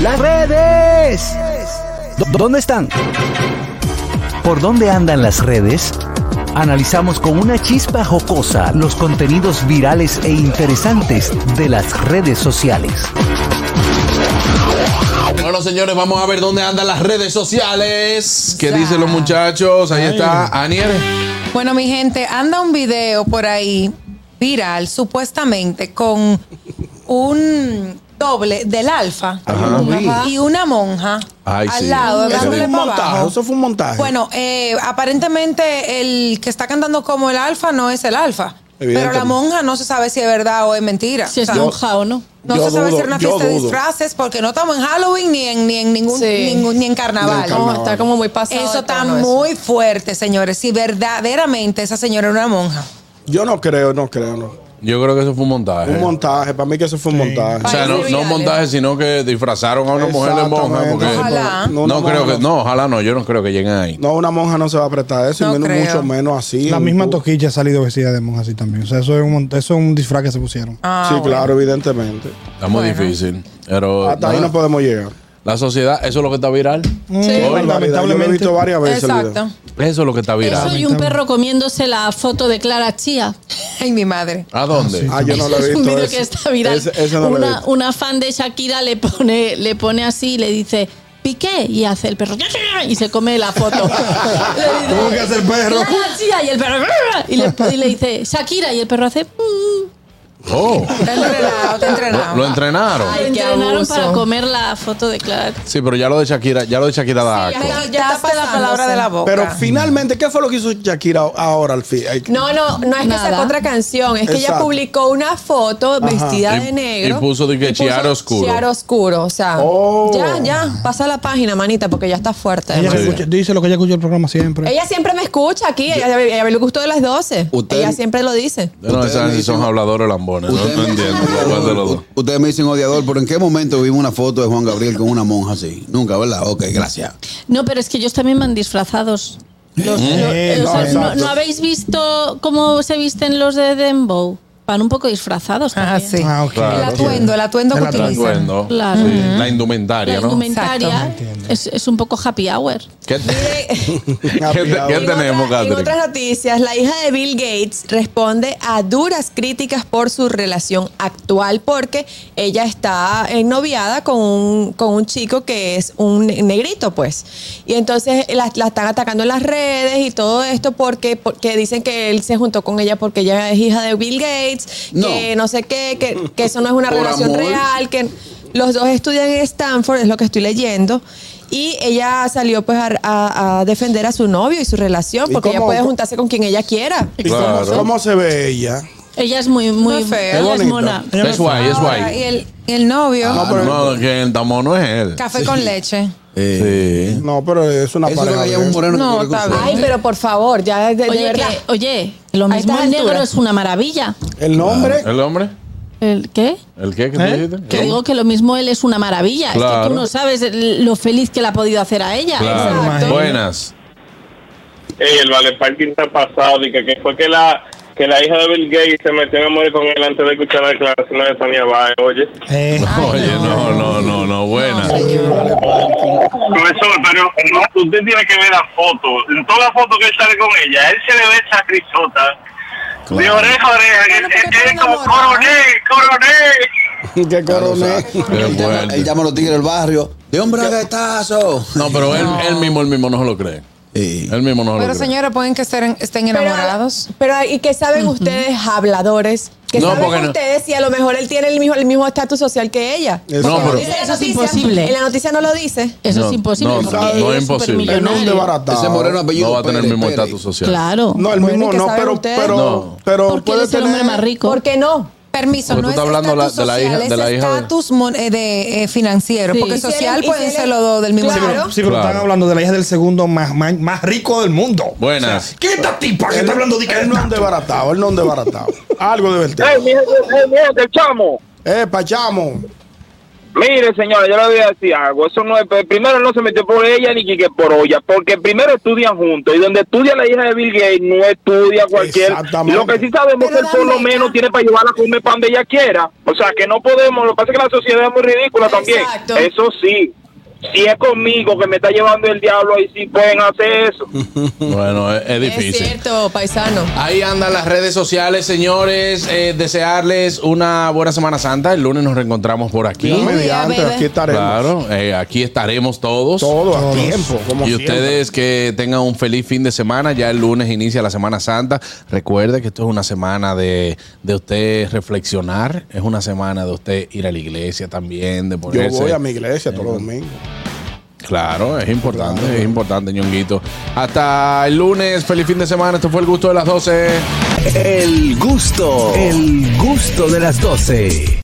Las redes. ¿Dó- ¿Dónde están? ¿Por dónde andan las redes? Analizamos con una chispa jocosa los contenidos virales e interesantes de las redes sociales. Bueno, señores, vamos a ver dónde andan las redes sociales. ¿Qué dicen los muchachos? Ahí está Aniel. Bueno, mi gente, anda un video por ahí viral, supuestamente, con un doble del alfa Ajá. y una monja Ay, al sí. lado, Eso dándole fue un para montaje, abajo. eso fue un montaje. Bueno, eh, aparentemente el que está cantando como el alfa no es el alfa. Pero la Evidentemente. monja no se sabe si es verdad o es mentira. Si O es sea, monja o no. no Yo se sabe si dudo, es una yo fiesta de dudo. disfraces porque no estamos en Halloween ni en, ni en ningún, Sí. ningún- ni en carnaval. Ni en No, carnaval. está como muy pasado. Eso de está tono eso. muy fuerte, señores. Si verdaderamente esa señora era una monja. Yo no creo, no creo, no. Yo creo que eso fue un montaje. Un montaje, para mí que eso fue un montaje. O sea, no, no un montaje, sino que disfrazaron a una mujer de monja. Exactamente. Porque Ojalá. No, una creo monja que. No, ojalá no. Yo no creo que lleguen ahí. No, una monja no se va a prestar eso, y No menos- creo. mucho menos así. La Un misma pu- Toquilla ha salido vestida de monja así también. O sea, eso es un, mon- eso es un disfraz que se pusieron. Ah, Sí, bueno. claro, evidentemente. Está muy difícil. Ah, Pero. Hasta ahí nada, no podemos llegar. La sociedad, eso es lo que está viral. Qué barbaridad, Yo lo he visto varias veces. el video. Exacto. Eso es lo que está Eso viral. y un perro comiéndose la foto de Clara Chía. Ay, mi madre. ¿A dónde? Ah, yo no lo he visto. Eso es un video ese. que está viral. Ese, ese no lo he una, visto. una fan de Shakira le pone, le pone así y le dice, piqué, y hace el perro y se come la foto. Le dice, ¿Cómo que hace el perro? "Clara Chía", y el perro y le, y le dice, Shakira, y el perro hace. "Mm". Oh. Está entrenado, está Lo, entrenado. lo entrenaron. Lo entrenaron para comer la foto de Clara Chía. Sí, pero ya lo de Shakira, ya lo de Shakira da Sí, asco. Me quitaste la palabra de la boca. Pero finalmente, ¿qué fue lo que hizo Shakira ahora al fin? Ay, No, no, no es Nada. que sacó otra canción, es que ella Exacto. publicó una foto vestida Y- de negro. y puso de que chiar oscuro. Chiar oscuro, o sea. Oh. Ya, ya, pasa la página, manita, porque ya está fuerte. Ella hermano. que escucha- dice lo que ella escucha el programa siempre. Ella siempre me escucha aquí, ella, ella, ella le gustó de las 12. Usted- ella siempre lo dice. No, Ustedes esas me sí son dicen- habladores lambones. No, Ustedes no me dicen entiendo. ¿Cuál de los dos? odiador. Ustedes me dicen odiador, pero ¿en qué momento vimos una foto de Juan Gabriel con una monja así? Nunca, ¿verdad? Ok, gracias. No, pero es que ellos también van disfrazados. Los- Eh, los- no, o sea, no, exacto. no habéis visto cómo se visten los de Dembow? Van un poco disfrazados Ah, también. sí. Ah, ok. Claro. El atuendo, el atuendo que El atuendo. utilizan. Atuendo. Claro. Sí, Ujú. La indumentaria, La ¿no? indumentaria es, es un poco happy hour. ¿Qué, ¿Qué te- qué En tenemos, otra- en Catherine? otras noticias, la hija de Bill Gates responde a duras críticas por su relación actual porque ella está ennoviada con un, con un chico que es un ne- negrito, pues. Y entonces la, la están atacando en las redes y todo esto porque, porque dicen que él se juntó con ella porque ella es hija de Bill Gates, No. que no sé qué, que, que eso no es una Por relación amor. real, que los dos estudian en Stanford, es lo que estoy leyendo. Y ella salió pues a, a- a defender a su novio y su relación, ¿Y porque ella cómo- puede juntarse con quien ella quiera. ¿Y cómo- Claro. ¿Cómo se ve ella? Ella es muy, No muy es fea. Qué Ella es bonita. mona. Ella no Es fue- guay, es Ahora, y guay. el, y el novio, Ah, No, que el tamón no es él. café con leche. Eh, Sí. No, pero es una Eso es lo pareja. que lleva un bien. moreno No, que corre con está suerte. bien. Ay, pero por favor, ya de, de Oye, verdad. que- oye, lo A mismo estas el negro alturas. es una maravilla. El nombre. ¿El hombre? ¿El qué? ¿El qué que tú ¿Eh? dijiste? Que digo que lo mismo él es una maravilla. Es que Claro. tú no sabes el- lo feliz que le ha podido hacer a ella. Claro. Exacto. Buenas. Ey, el Vale Parking está pasado y que, que fue que la que la hija de Bill Gates se metió en amor con él antes de escuchar la declaración de Sonia Baez, oye. Eh, Oye, no, no, no, no, buenas. Profesor, pero no, usted tiene que ver la foto. En toda la foto que él sale con ella, él se le ve esa risota. De oreja a oreja, que Bueno, porque que- que está es como enamorado, coronel, coronel. Qué Claro, o sea, coronel. Qué él, llama, fuerte. él llama a los tigres del barrio. De hombre a gatazo. No, pero él, él mismo, él mismo no se lo cree. Sí. Él mismo no se lo Pero cree. señores, pueden que estén, estén Pero- enamorados. Pero, ¿y qué saben ustedes, habladores? ¿Qué No, porque saben no- ustedes si a lo mejor él tiene el mismo el mismo estatus social que ella? No, Exacto. pero- Dice la Eso es noticia, imposible. En la noticia no lo dice. Eso No, es imposible. no, porque no, ella no es es imposible. Él no es un supermillonaria. desbaratado. Ese moreno apellido No va a tener el Pérez, mismo Pérez. estatus social. Claro. No, el Bueno, mismo ¿qué no, saben pero, ustedes? pero, No. pero Porque él puede es el hombre más tener. rico. ¿Por qué no? Permiso, Porque no tú es estás hablando estatus la- de la social, hija- de la es hija de- estatus mon- eh, de, eh, financiero, Sí. porque Y si eres- social y si pueden eres- ser los dos del mismo Claro. grupo. Sí, pero Claro. están hablando de la hija del segundo más, más, más rico del mundo. Buenas. ¿Quién es esta tipa que está hablando de que Él no es un desbaratado, él no es un desbaratado. Algo de verte. mi gente, chamo. Eh, pachamo. Mire, señora, yo le voy a decir algo. Eso no es, primero no se metió por ella ni que por olla, porque primero estudian juntos. Y donde estudia la hija de Bill Gates, no estudia cualquier. Exactamente. Lo que sí sabemos Pero es que por lo dame, menos ah. tiene para llevarla a comer pan de ella quiera. O sea, que no podemos. Lo que pasa es que la sociedad es muy ridícula Exacto. también. Eso sí. Si es conmigo que me está llevando el diablo, ahí sí pueden hacer eso. Bueno, es, es Es difícil. cierto, paisano. Ahí andan las redes sociales, señores. Eh, desearles una buena Semana Santa. El lunes nos reencontramos por aquí. Dios mediante, bebé. aquí estaremos. Claro, eh, aquí estaremos todos. Todo a tiempo, como y siempre. ustedes que tengan un feliz fin de semana, ya el lunes inicia la Semana Santa. Recuerde que esto es una semana de, de usted reflexionar, es una semana de usted ir a la iglesia también, de Yo ponerse. voy a mi iglesia todos los domingos. Claro, es importante, es importante, ñonguito. Hasta el lunes, feliz fin de semana. Esto fue el gusto de las 12. El gusto, el gusto de las 12.